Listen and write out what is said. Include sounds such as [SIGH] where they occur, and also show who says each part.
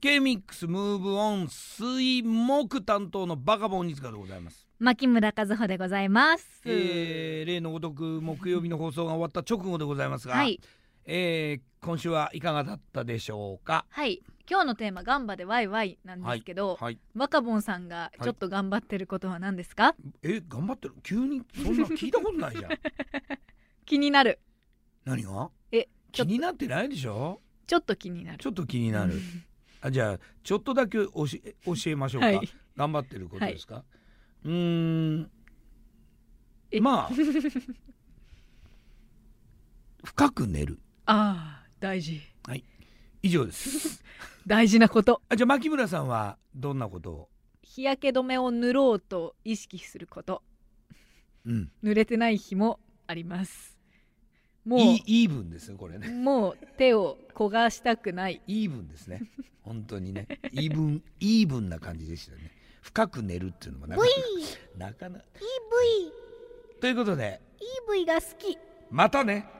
Speaker 1: K ミックスムーブオン水木担当のバカボンニ塚でございます、
Speaker 2: 牧村和穂でございます。
Speaker 1: えー、例のごとく木曜日の放送が終わった直後でございますが、
Speaker 2: はい
Speaker 1: えー今週はいかがだったでしょうか
Speaker 2: はい。今日のテーマガンバでワイワイなんですけど、
Speaker 1: はい
Speaker 2: ワカボンさんがちょっと頑張ってることは何ですか？
Speaker 1: え頑張ってる急にそんな聞いたことない
Speaker 2: [LAUGHS]
Speaker 1: じゃん
Speaker 2: 気になる。
Speaker 1: 何が
Speaker 2: えち
Speaker 1: 気
Speaker 2: ょっと
Speaker 1: になってないでしょ
Speaker 2: ちょっと気になる。
Speaker 1: ちょっと気になるあじゃあちょっとだけ教え教えましょうか、
Speaker 2: はい
Speaker 1: 頑張ってることですか、うーん
Speaker 2: え
Speaker 1: まあ深く寝る
Speaker 2: ああ、大事。
Speaker 1: 以上です
Speaker 2: 大事なこと。
Speaker 1: あじゃあ牧村さんはどんなことを
Speaker 2: 日焼け止めを塗ろうと意識すること。
Speaker 1: うん
Speaker 2: 濡れてない日もあります。もう
Speaker 1: イーイーブンですねこれね [LAUGHS]
Speaker 2: もう手を焦がしたくない。
Speaker 1: イーブンですね本当にねイーブ [LAUGHS] ンイーブンな感じでしたね深く寝るっていうのもなかなかなか
Speaker 2: EV
Speaker 1: ということで
Speaker 2: EV が好き。
Speaker 1: またね